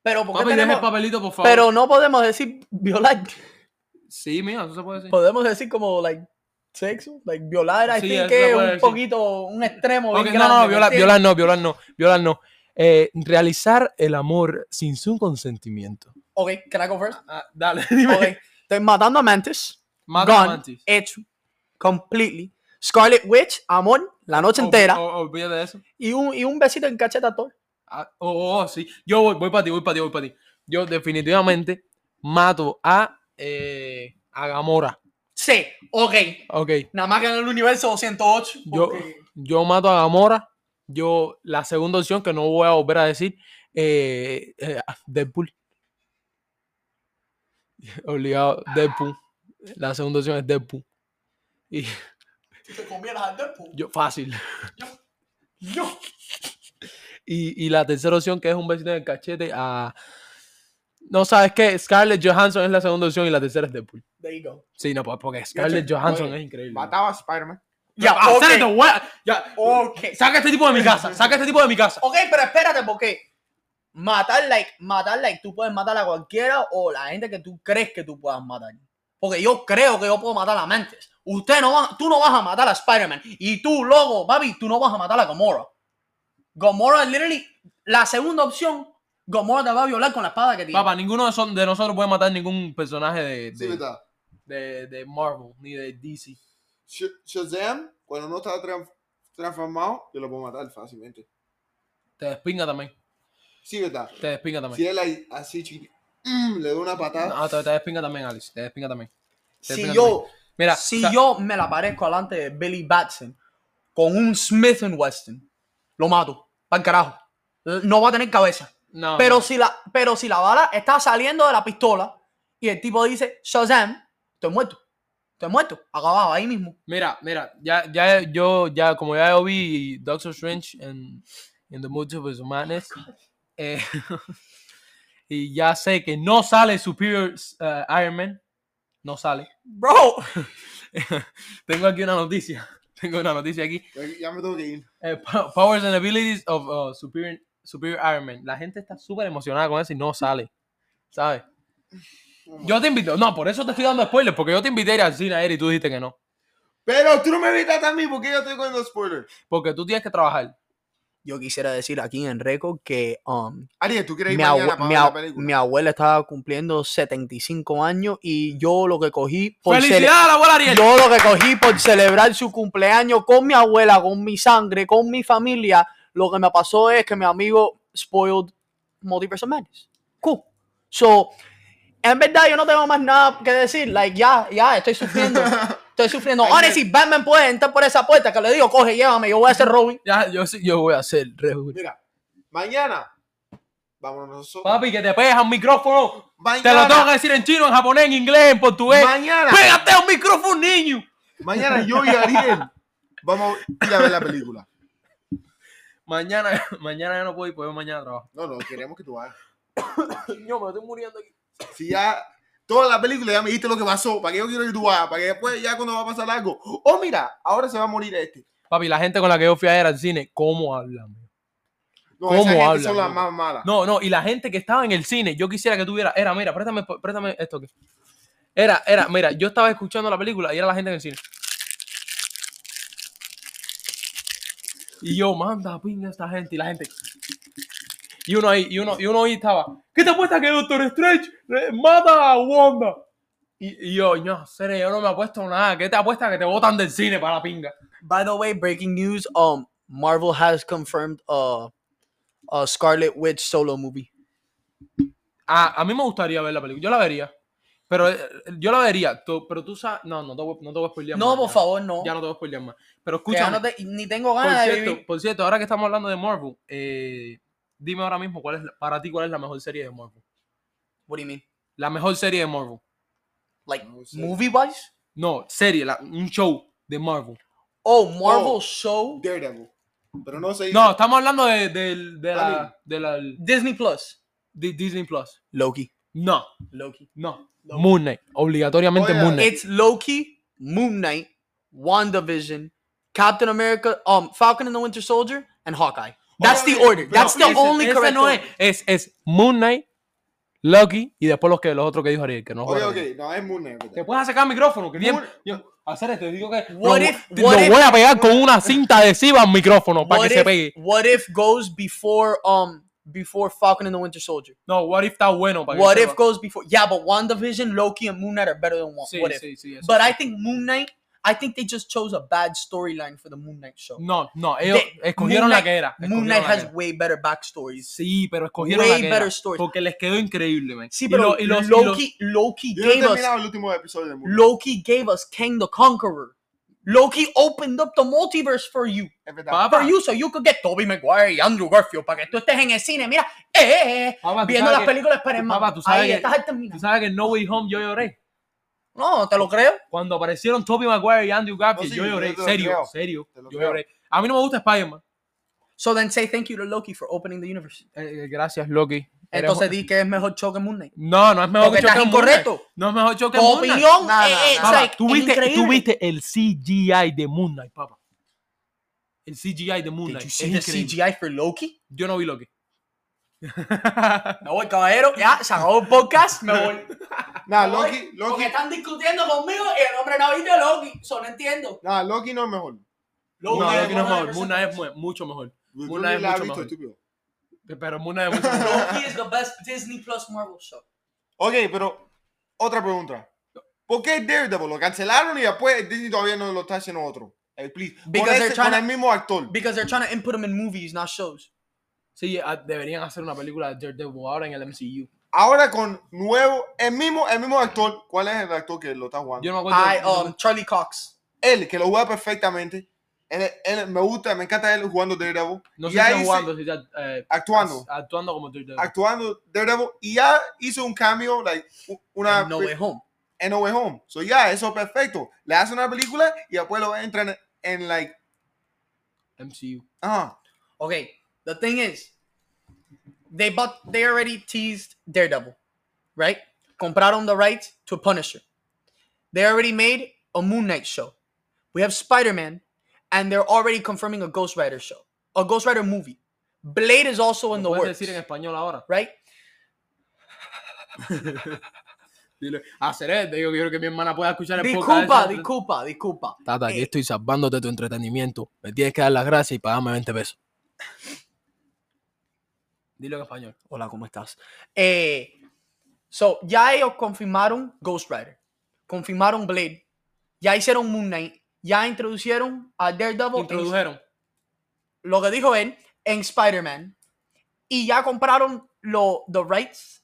Pero, ¿por qué Papi, deja el tenemos- papelito, por favor. pero no podemos decir violar. Sí, mira, eso se puede decir. Podemos decir como, like, sexo. Like, violar, I Sí, think eso que se es un puede decir. poquito, un extremo. Ok, bien no, no, grande, no, ¿me violar, entiendes? violar no, violar no, violar no. eh, realizar el amor sin su consentimiento. Ok, can I go first? Ah, dale, *laughs* dime. Ok, estoy matando a Mantis. Mata gone, amantes. hecho, completely. Scarlet Witch, amor, la noche entera. O- o- Oh, Olvídate de eso. Y, un, y un besito en cacheta a todo. Ah, oh, oh, oh, sí. Yo voy, voy para ti, voy para ti, voy para ti. Yo definitivamente mato a, eh, a Gamora. Sí, ok. Ok. Nada más que en el universo 208. Yo, porque- yo mato a Gamora. Yo, la segunda opción que no voy a volver a decir, eh, eh, ah, Deadpool. *laughs* Obligado, Deadpool. La segunda opción es Deadpool. Y Si te comieras al Deadpool, yo, fácil. pues, yo- Y, y la tercera opción, que es un besito en el cachete, a. No sabes qué, Scarlett Johansson es la segunda opción y la tercera es Deadpool. There you go. Sí, no, pues, porque Scarlett Johansson oye, es increíble. Mataba a Spider-Man. Ya, Ya, ah, ok. Santo, wea- ya, Ok. Saca a este tipo de mi *laughs* casa, saca a este tipo de mi casa. *laughs* Ok, pero espérate, porque matar like, matar like, tú puedes matar a cualquiera o la gente que tú crees que tú puedas matar. Porque yo creo que yo puedo matar a Mantis. Usted no va, tú no vas a matar a Spider-Man. Y tú, loco, papi, tú no vas a matar a Gamora. Gamora, literally, la segunda opción, Gamora te va a violar con la espada que tiene. Papá, ninguno de, son- de nosotros puede matar ningún personaje de, Sí, de, ¿verdad? de- de Marvel ni de DC. Sh- Shazam, cuando no está tran- transformado, yo lo puedo matar fácilmente. Te despinga también. Sí, ¿verdad? Te despinga Si también. él ahí, así chiquito, mm, le doy una patada. Ah, te, te despinga también, Alice. Te despinga también. Te si despinga yo, también. Mira, si sa- yo me la parezco delante de Billy Batson con un Smith Weston, lo mato. Para carajo. No va a tener cabeza. no, Pero no. si, la, pero si la bala está saliendo de la pistola y el tipo dice, Shazam, estoy muerto. Estoy muerto. Acabado ahí mismo. Mira, mira, ya, ya yo, ya, como ya yo vi Doctor Strange en, en The Multiverse of Madness, Oh eh, *laughs* y ya sé que no sale Superior eh, Iron Man, no sale. Bro. tengo aquí una noticia, *laughs* tengo una noticia aquí. Ya- Ya me tengo que ir. Eh, *laughs* po- powers and Abilities of uh, Superior, Superior Iron Man. La gente está súper emocionada con eso y no sale, ¿sabes? Yo te invito, no, por eso te estoy dando spoilers, porque yo te invité a ir al cine ayer y tú dijiste que no. Pero tú no me evitas a mí porque yo estoy con los spoilers. Porque tú tienes que trabajar. Yo quisiera decir aquí en récord que um, Ariel, ¿tú quieres ir mi, mañana abue- para mi ver la ab- película? mi abuela estaba cumpliendo 75 años y yo lo que cogí por cele- ¡Felicidades a la abuela Ariel! *laughs* Yo lo que cogí por celebrar su cumpleaños con mi abuela, con mi sangre, con mi familia, lo que me pasó es que mi amigo spoiled Multiverse of Madness. Cool. So, en verdad yo no tengo más nada que decir. Like, ya, ya, estoy sufriendo. *laughs* Estoy sufriendo. Ay, Ahora me- si Batman puede entrar por esa puerta que le digo, coge, llévame, yo voy a ser Robin. Ya, yo, sí- yo voy a hacer Rejuven. Mira, mañana. Vámonos nosotros. Papi, que te pegas al micrófono. mañana, Te lo tengo que decir en chino, en japonés, en inglés, en portugués. Mañana. ¡Pégate a un micrófono, niño! Mañana yo y Ariel vamos a ir a ver la película. Mañana, *laughs* mañana yo no puedo ir, pues yo mañana trabajo. No, no, queremos que tú vayas. Yo me estoy muriendo aquí. Si ya toda la película ya me dijiste lo que pasó, para que yo quiero que tú vayas, para que después ya cuando va a pasar algo. Oh, mira, ahora se va a morir este. Papi, la gente con la que yo fui ayer al cine, ¿cómo hablan? No, ¿Cómo esas gente hablan, son las loco? más malas. No, no, y la gente que estaba en el cine, yo quisiera que tuviera. Era, mira, préstame, préstame esto aquí. Era, era, mira, yo estaba escuchando la película y era la gente en el cine. Y yo, manda pinga esta gente y la gente. Y uno ahí, y uno, y uno ahí estaba. ¿Qué te apuesta que Doctor Strange eh, mata a Wanda? Y, y yo, no, seré, yo no me apuesto nada. ¿Qué te apuesta que te botan del cine para la pinga? By the way, breaking news, um, Marvel has confirmed uh, a Scarlet Witch solo movie. A, a mí me gustaría ver la película. Yo la vería. Pero eh, yo la vería. tú- pero tú sabes. No, no te voy, no te voy a spoilear más, No, por ya. favor, no. Ya no te voy a spoilear más. Pero Que ya escúchame. no te- ni tengo por, ganas de vivir. cierto, por cierto, ahora que estamos hablando de Marvel, eh, dime ahora mismo cuál es la- para ti cuál es la mejor serie de Marvel. What do you mean? La mejor serie de Marvel. Like No sé. movie wise? No, serie, la- un show de Marvel. Oh, Marvel Oh. show Daredevil. Pero no se dice. No, estamos hablando de, del- de la, Alien. de la Disney Plus. de Disney Plus. Loki. No, Loki. no. No. Moon Knight. Obligatoriamente Oye, Moon Knight. It's Loki, Moon Knight, WandaVision, Captain America, um, Falcon and the Winter Soldier, and Hawkeye. That's Oye, the order. pero That's the Ese- only ese correct no es. order. es. es Moon Knight, Loki y después los, que, los otros que dijo Ariel, que no Oye, jugaron. ok, no, es Moon Knight, ¿verdad? Te puedes sacar el micrófono, que bien- Moon- yo- hacer esto. Y digo que What lo, if- te- what lo if- voy a pegar con una cinta adhesiva al micrófono para what que if, se pegue. What if goes before um before Falcon and the Winter Soldier? No, what if está bueno para que What se if sepa. goes before? Yeah, but WandaVision, Loki, and Moon Knight are better than one. Sí, what if? sí, sí, eso But sí. I think Moon Knight. I think they just chose a bad storyline for the Moon Knight show. No, no, ellos They- escogieron Moon la Knight- que era. Moon escogieron Knight la que has era. way better backstories. Sí, pero escogieron la Way que better era. stories. Porque les quedó increíble, man. Sí, Y pero lo- y los- y los- Loki, Loki Yo no he gave terminado us el último episodio de Moon Knight. Loki gave us King the Conqueror. Loki opened up the multiverse for you. Es verdad. Papá, For you, so you could get Tobey Maguire y Andrew Garfield para que tú estés en el cine. Mira, eh, eh, eh, Papá, tú viendo sabes las que- películas para el Papá, tú sabes Ahí que- estás al Tú terminar. sabes que en No Way Home yo lloré. No, te lo creo. Cuando aparecieron Tobey Maguire y Andrew Garfield, No, Oh, sí, yo lloré. yo te lo serio, creo. serio. Te lo Yo creo. lloré. A mí no me gusta Spider-Man. So then say thank you to Loki for opening the universe. Eh, eh, gracias, Loki. Eres- Entonces di que es mejor show que Moon Knight. No, no es mejor Porque que Choque estás Moon Knight. incorrecto. No es mejor Choque Tu Moon Knight. opinión No, no, eh, eh, no. it's Papá, like, tú es viste, increíble. tú viste el CGI de Moon Knight, papá. El CGI de Moon Did Knight. you es see the increíble. CGI for Loki? Yo no vi Loki. Me voy, caballero. Ya, se acabó el podcast. Me voy. Nah, Me Ah, Loki, voy, Porque Loki, están discutiendo conmigo y el hombre no ha visto a Loki. Eso no entiendo. nah, Loki no es mejor. No, Knight Loki es no es mejor. 100%. Moon Knight es mu- mucho mejor. Tú Moon ni Knight es la has mucho visto, mejor. estúpido. Pero Moon Knight es mucho mejor. Loki is the best Disney plus Marvel show. Ok, pero otra pregunta. ¿Por qué Daredevil lo cancelaron y después Disney todavía no lo está haciendo otro? Eh, please. Con, Because they're ese- con trying to- el mismo actor. Because they're trying to input him in movies, not shows. Sí, ah, deberían hacer una película de Daredevil ahora en el MCU. Ahora con nuevo, el mismo, el mismo actor. ¿Cuál es el actor que lo está jugando? Yo no me acuerdo. I um Charlie Cox. Él, que lo juega perfectamente. Él, él- me gusta, me encanta él jugando Daredevil. no sé ya si está hice- jugando, ah. si está eh, Actuando. actuando como Daredevil. Actuando Daredevil. Y ya hizo un cambio, like, u- una... in No Way Home. en No Way Home. So ya, eso es perfecto. Le hace una película y después lo entran en, en like, MCU. ah, Okay, the thing is, they bought, they already teased Daredevil, right? Compraron the rights to Punisher. They already made a Moon Knight show. We have Spider Man, and they're already confirming a Ghost Rider show, a Ghost Rider movie. Blade is also in the ¿Lo puedes works, decir en español ahora? right? Dile, hacer te digo que yo creo que mi hermana pueda escuchar el Disculpa, podcast. disculpa, disculpa. Tata, aquí Eh. estoy salvándote tu entretenimiento. Me tienes que dar las gracias y pagarme 20 pesos. Dilo en español. Hola, ¿cómo estás? Eh, so, ya ellos confirmaron Ghost Rider, confirmaron Blade, ya hicieron Moon Knight, ya introducieron a Daredevil, en- Introdujeron. lo que dijo él, en Spider-Man, y ya compraron lo, the rights,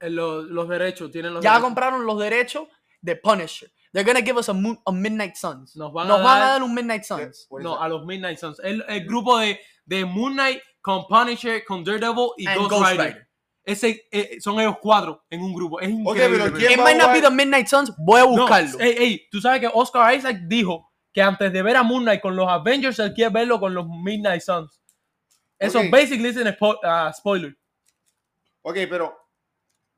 eh, lo- los, derechos, tienen los ya derechos. compraron los derechos de Punisher. They're gonna give us a, moon- a Midnight Suns. Nos van a dar- Eh, un Midnight Suns. what is No, that? a los Midnight Suns. El, el grupo de, de Moon Knight con Punisher, con Daredevil y And Ghost, Ghost Rider. Rider. Ese, eh, son ellos cuatro en un grupo. Es increíble. pero man. ¿quién It va a might not jugar? be the Midnight Suns, voy a No, eh, buscarlo. ey, ey, tú sabes que Oscar Isaac dijo que antes de ver a Moon Knight con los Avengers, él quiere verlo con los Midnight Suns. Eso Ok. basically es un spo- ah, spoiler. ok, pero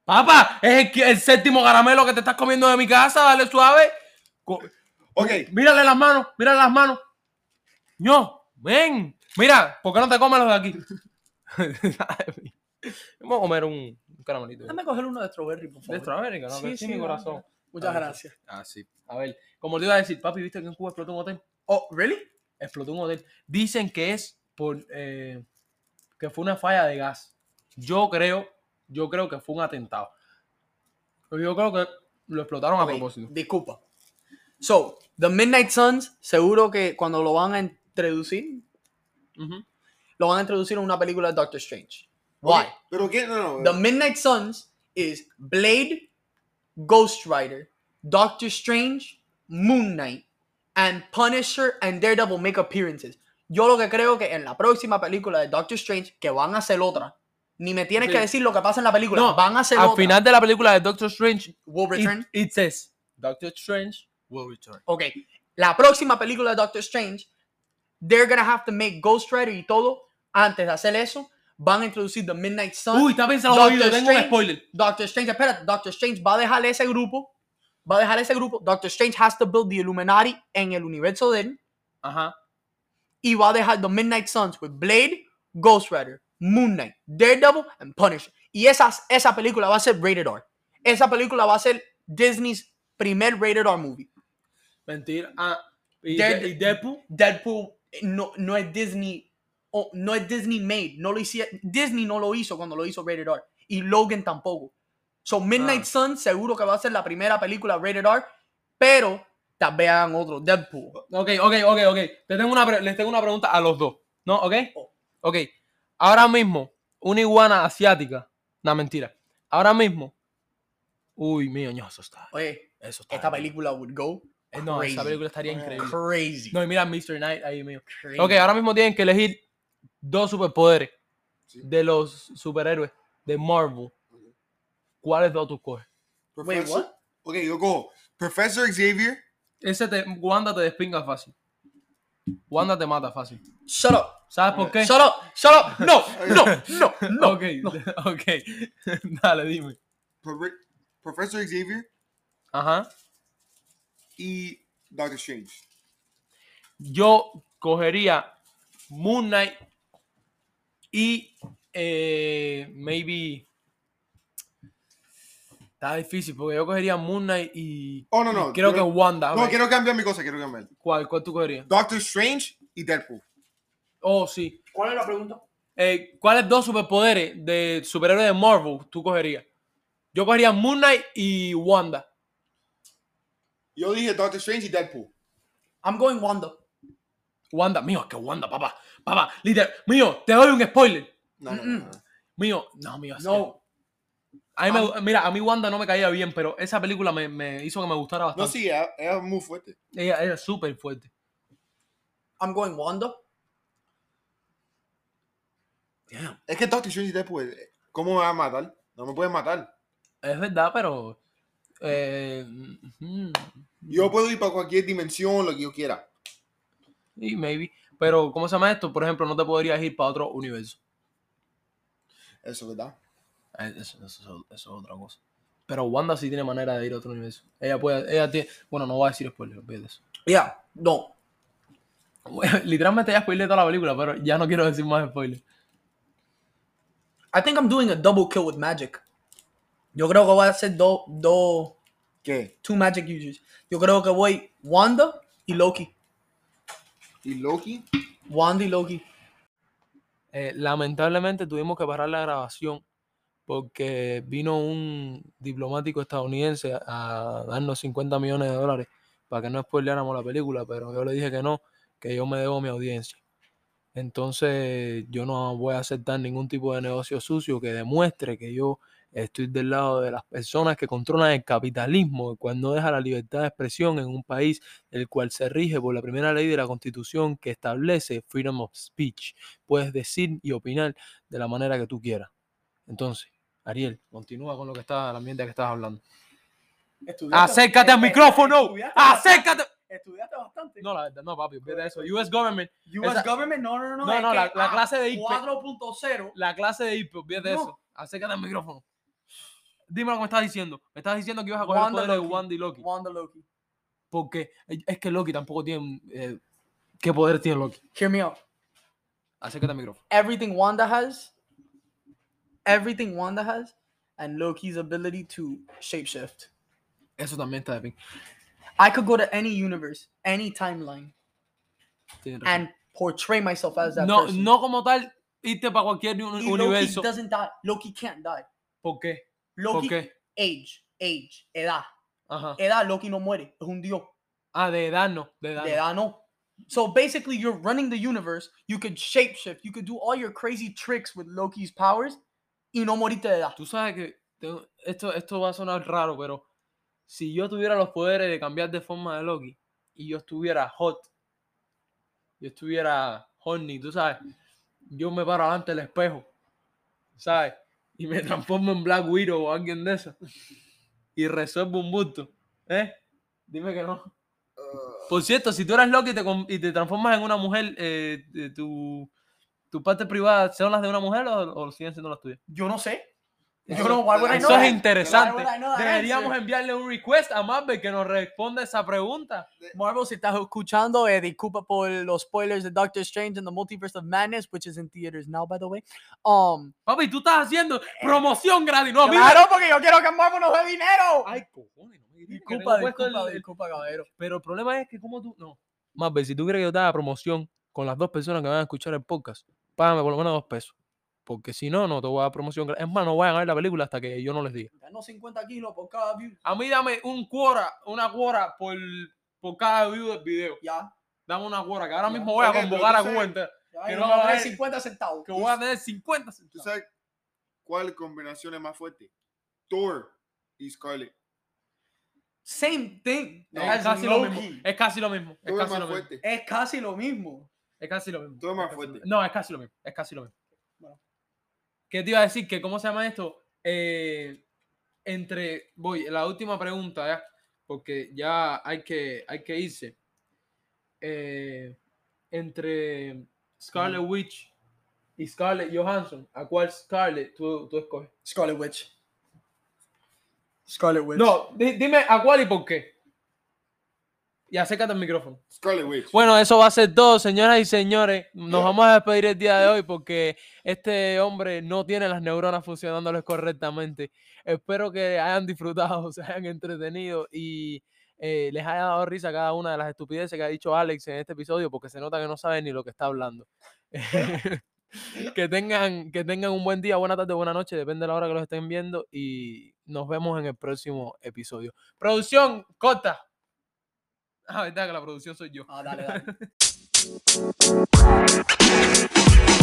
Papá, es el, qui- el séptimo caramelo que te estás comiendo de mi casa, dale suave. Co- Ok. Mírale las manos, mírale las manos. No, ven. Mira, ¿por qué no te comes los de aquí? *laughs* Vamos a comer un, un caramelito. Déjame coger uno de Strawberry, por favor. De Centroamérica, ¿no? Que sí, mi corazón. Muchas Dale. gracias. Ah, sí. A ver, como te iba a decir, papi, ¿viste que en Cuba explotó un hotel? Oh, really? explotó un hotel. Dicen que es por eh, que fue una falla de gas. Yo creo, yo creo que fue un atentado. Pero Yo creo que lo explotaron a Ok, propósito. Disculpa. So, The Midnight Suns, seguro que cuando lo van a introducir, Ujú. lo van a introducir en una película de Doctor Strange. ok, Why? Pero qué, no, eh, no. The Midnight Suns is Blade, Ghost Rider, Doctor Strange, Moon Knight, and Punisher and Daredevil make appearances. Yo lo que creo que en la próxima película de Doctor Strange, que van a hacer otra, ni me tienes Sí. que decir lo que pasa en la película, No, van a hacer Al otra. final de la película de Doctor Strange, Will return. it, it says Doctor Strange will return. Ok, la próxima película de Doctor Strange, they're gonna have to make Ghost Rider y todo. Antes de hacer eso, van a introducir The Midnight Sun. Uy, está pensando Doctor oído, tengo un Strange. spoiler. Doctor Strange, espérate, Doctor Strange va a dejar ese grupo. Va a dejar ese grupo. Doctor Strange has to build the Illuminati en el universo de él. Ajá. Y va a dejar The Midnight Suns with Blade, Ghost Rider, Moon Knight, Daredevil and Punisher. Y esas, esa película va a ser rated R. Esa película va a ser Disney's primer rated R movie. Mentira. Ah, y, Dead- De- y Deadpool. Deadpool eh, no, no es Disney, o- no es Disney made, no lo hici- Disney no lo hizo cuando lo hizo Rated R y Logan tampoco. So Midnight Ah. Sun seguro que va a ser la primera película Rated R, pero tal vez hagan otro Deadpool. Ok, ok, ok, ok. Te tengo una pre- les tengo una pregunta a los dos. ¿No? ¿Ok? Ok. Ahora mismo, una iguana asiática. No, mentira. Ahora mismo. Uy, mío, ño, eso está. Oye, Eso está. esta bien. película would go Eh, No, esa crazy. película estaría increíble. crazy. No, y mira Mr. Knight ahí, mío. crazy. Ok, ah. ahora mismo tienen que elegir dos superpoderes Sí. de los superhéroes de Marvel. ¿Cuáles dos tú coges? Wait, Professor- what? Ok, yo cojo Professor Xavier. Ese te, Wanda te despinga fácil. Wanda te mata fácil. Shut up. ¿Sabes por qué? Shut up. Shut up. No, no, no, no. ok, *laughs* ok. *laughs* Dale, dime. Profe- Professor Xavier Ajá. y Doctor Strange. Yo cogería Moon Knight y eh, maybe. Está difícil porque yo cogería Moon Knight y. Oh, no, no. creo que quiero- Wanda. No, ok. quiero cambiar mi cosa, quiero cambiar. ¿Cuál, ¿Cuál tú cogerías? Doctor Strange y Deadpool. Oh, sí. *laughs* ¿Cuál es la pregunta? Eh, ¿Cuáles dos superpoderes de superhéroes de Marvel tú cogerías? Yo cogería Moon Knight y Wanda. Yo dije Doctor Strange y Deadpool. I'm going Wanda. Wanda, mío, es que Wanda, papá. Papá, literal. Mío, te doy un spoiler. No, no, Mm-mm. no, no. Mío, no, mío. es que- No. A mí me gu- mira, a mí Wanda no me caía bien, pero esa película me, me hizo que me gustara No, bastante. sí, ella ella es muy fuerte. Ella era súper fuerte. I'm going Wanda. Es que Doctor Strange y Deadpool, eh, ¿cómo me va a matar? No me pueden matar. Es verdad, pero. eh, mm, Yo puedo ir para cualquier dimensión, lo que yo quiera. sí, maybe. Pero, ¿cómo se llama esto? Por ejemplo, no te podrías ir para otro universo. Eso, ¿verdad? Eh, Eso, eso- eso- eso es otra cosa. Pero Wanda sí tiene manera de ir a otro universo. Ella puede. Ella tiene, bueno, no voy a decir spoiler, olvídate de eso. *laughs* Yeah. No. Literalmente ya spoilé toda la película, pero ya no quiero decir más spoilers. I think I'm doing a double kill with magic. Yo creo que voy a hacer dos, dos, ¿Qué? two magic users. Yo creo que voy Wanda y Loki. ¿Y Loki? Wanda y Loki. Eh, lamentablemente tuvimos que parar la grabación porque vino un diplomático estadounidense a darnos 50 millones de dólares para que no spoileáramos la película, pero yo le dije que no, que yo me debo a mi audiencia. Entonces yo no voy a aceptar ningún tipo de negocio sucio que demuestre que yo estoy del lado de las personas que controlan el capitalismo, el cual no deja la libertad de expresión en un país el cual se rige por la primera ley de la Constitución que establece freedom of speech puedes decir y opinar de la manera que tú quieras. Entonces, Ariel, continúa con lo que está, la mierda que estás hablando. Acércate al micrófono. Acércate. Estudiaste bastante. No, la verdad, no, papi, olvídate de eso. US Government, US Esa- government, no, no, no. No, es no, que, la- la ah, clase de IP. 4.0. la clase de IP, olvídate de No. eso. Acércate al micrófono. Dime lo que me estás diciendo. Me estás diciendo que ibas a coger Wanda el poder de Loki. Wanda y Loki. Wanda Loki. Porque es que Loki tampoco tiene. eh, ¿Qué poder tiene Loki? Hear me out. Acércate al micrófono. everything Wanda has, everything Wanda has, and Loki's ability to shapeshift. Eso también está de pin. I could go to any universe, any timeline, Tienes razón. and portray myself as that No, person. no como tal irte para cualquier un- Y universo. Loki doesn't die. Loki can't die. ¿Por qué? ¿Por Loki qué? age, age, edad, Ajá. edad. Loki no muere. Es un dios. Ah, de edad no. De edad De no. edad no. So basically, you're running the universe. You could shapeshift. You could do all your crazy tricks with Loki's powers. Y no morite de edad. Tú sabes que tengo- esto, esto va a sonar raro, pero si yo tuviera los poderes de cambiar de forma de Loki y yo estuviera hot, yo estuviera horny, tú sabes, yo me paro delante del espejo, ¿sabes? Y me *laughs* transformo en Black Widow o alguien de eso y resuelvo un bulto, ¿eh? Dime que no. Por cierto, si tú eres Loki y te, con- y te transformas en una mujer, eh, eh, tu, tu parte privada, ¿son las de una mujer o, o siguen siendo las tuyas? Yo no sé. Eso- Yo no. Why would I know Eso that? es interesante. Why would I know that Deberíamos answer? enviarle un request a Marvel que nos responda esa pregunta. Marvel, si estás escuchando, eh, disculpa por los spoilers de Doctor Strange and the Multiverse of Madness, which is in theaters now, by the way. Um, Papi, tú estás haciendo promoción gratis. No, mira. claro, porque yo quiero que Marvel nos dé dinero. Ay, cojones, no me que tiene que Disculpa, tengo puesto el- disculpa, el- disculpa, caballero. Pero el problema es que como tú... No. Más bien, si tú crees que yo te haga promoción con las dos personas que van a escuchar el podcast, págame por lo menos dos pesos. Porque si no, no te voy a dar promoción. gra- Es más, no vayan a ver la película hasta que yo no les diga. Ganó 50 kilos por cada view. A mí dame un cuora, una cuora por, por cada view del video. Ya. Dame una cuora, que ahora Ya. mismo voy a Ok, pero convocar a tú Google sabes- entera, ya Que y no vamos a va a tener haber- 50 centavos. Que voy a tener 50 ¿Tú centavos. sabes cuál combinación es más fuerte? Thor y Scarlett. Same thing. No, es, es, casi lo mismo, low-key. es casi lo mismo. Es Thor es casi más lo mismo. fuerte. es casi lo mismo. Es casi lo mismo. Tú eres más es casi lo fuerte. mismo. No, es casi lo mismo. Es casi lo mismo. Bueno. ¿Qué te iba a decir? ¿Que ¿Cómo se llama esto? Eh, entre. Voy, la última pregunta, ya, Porque ya hay que, hay que irse. Eh, entre Scarlet Witch y Scarlett Johansson, ¿a cuál Scarlett tú, tú escoges? Scarlet Witch. Scarlet Witch. No, di- dime a cuál y por qué. Y acércate al micrófono. Scarlett Witch. Bueno, eso va a ser todo, señoras y señores. Nos vamos a despedir el día de hoy porque este hombre no tiene las neuronas funcionándoles correctamente. Espero que hayan disfrutado, *laughs* se hayan entretenido y eh, les haya dado risa cada una de las estupideces que ha dicho Alex en este episodio porque se nota que no sabe ni lo que está hablando. *laughs* que, tengan, que tengan un buen día, buena tarde, buena noche, depende de la hora que los estén viendo y nos vemos en el próximo episodio. Producción, corta. Ah, verdad que la producción soy yo. Ah, dale, dale.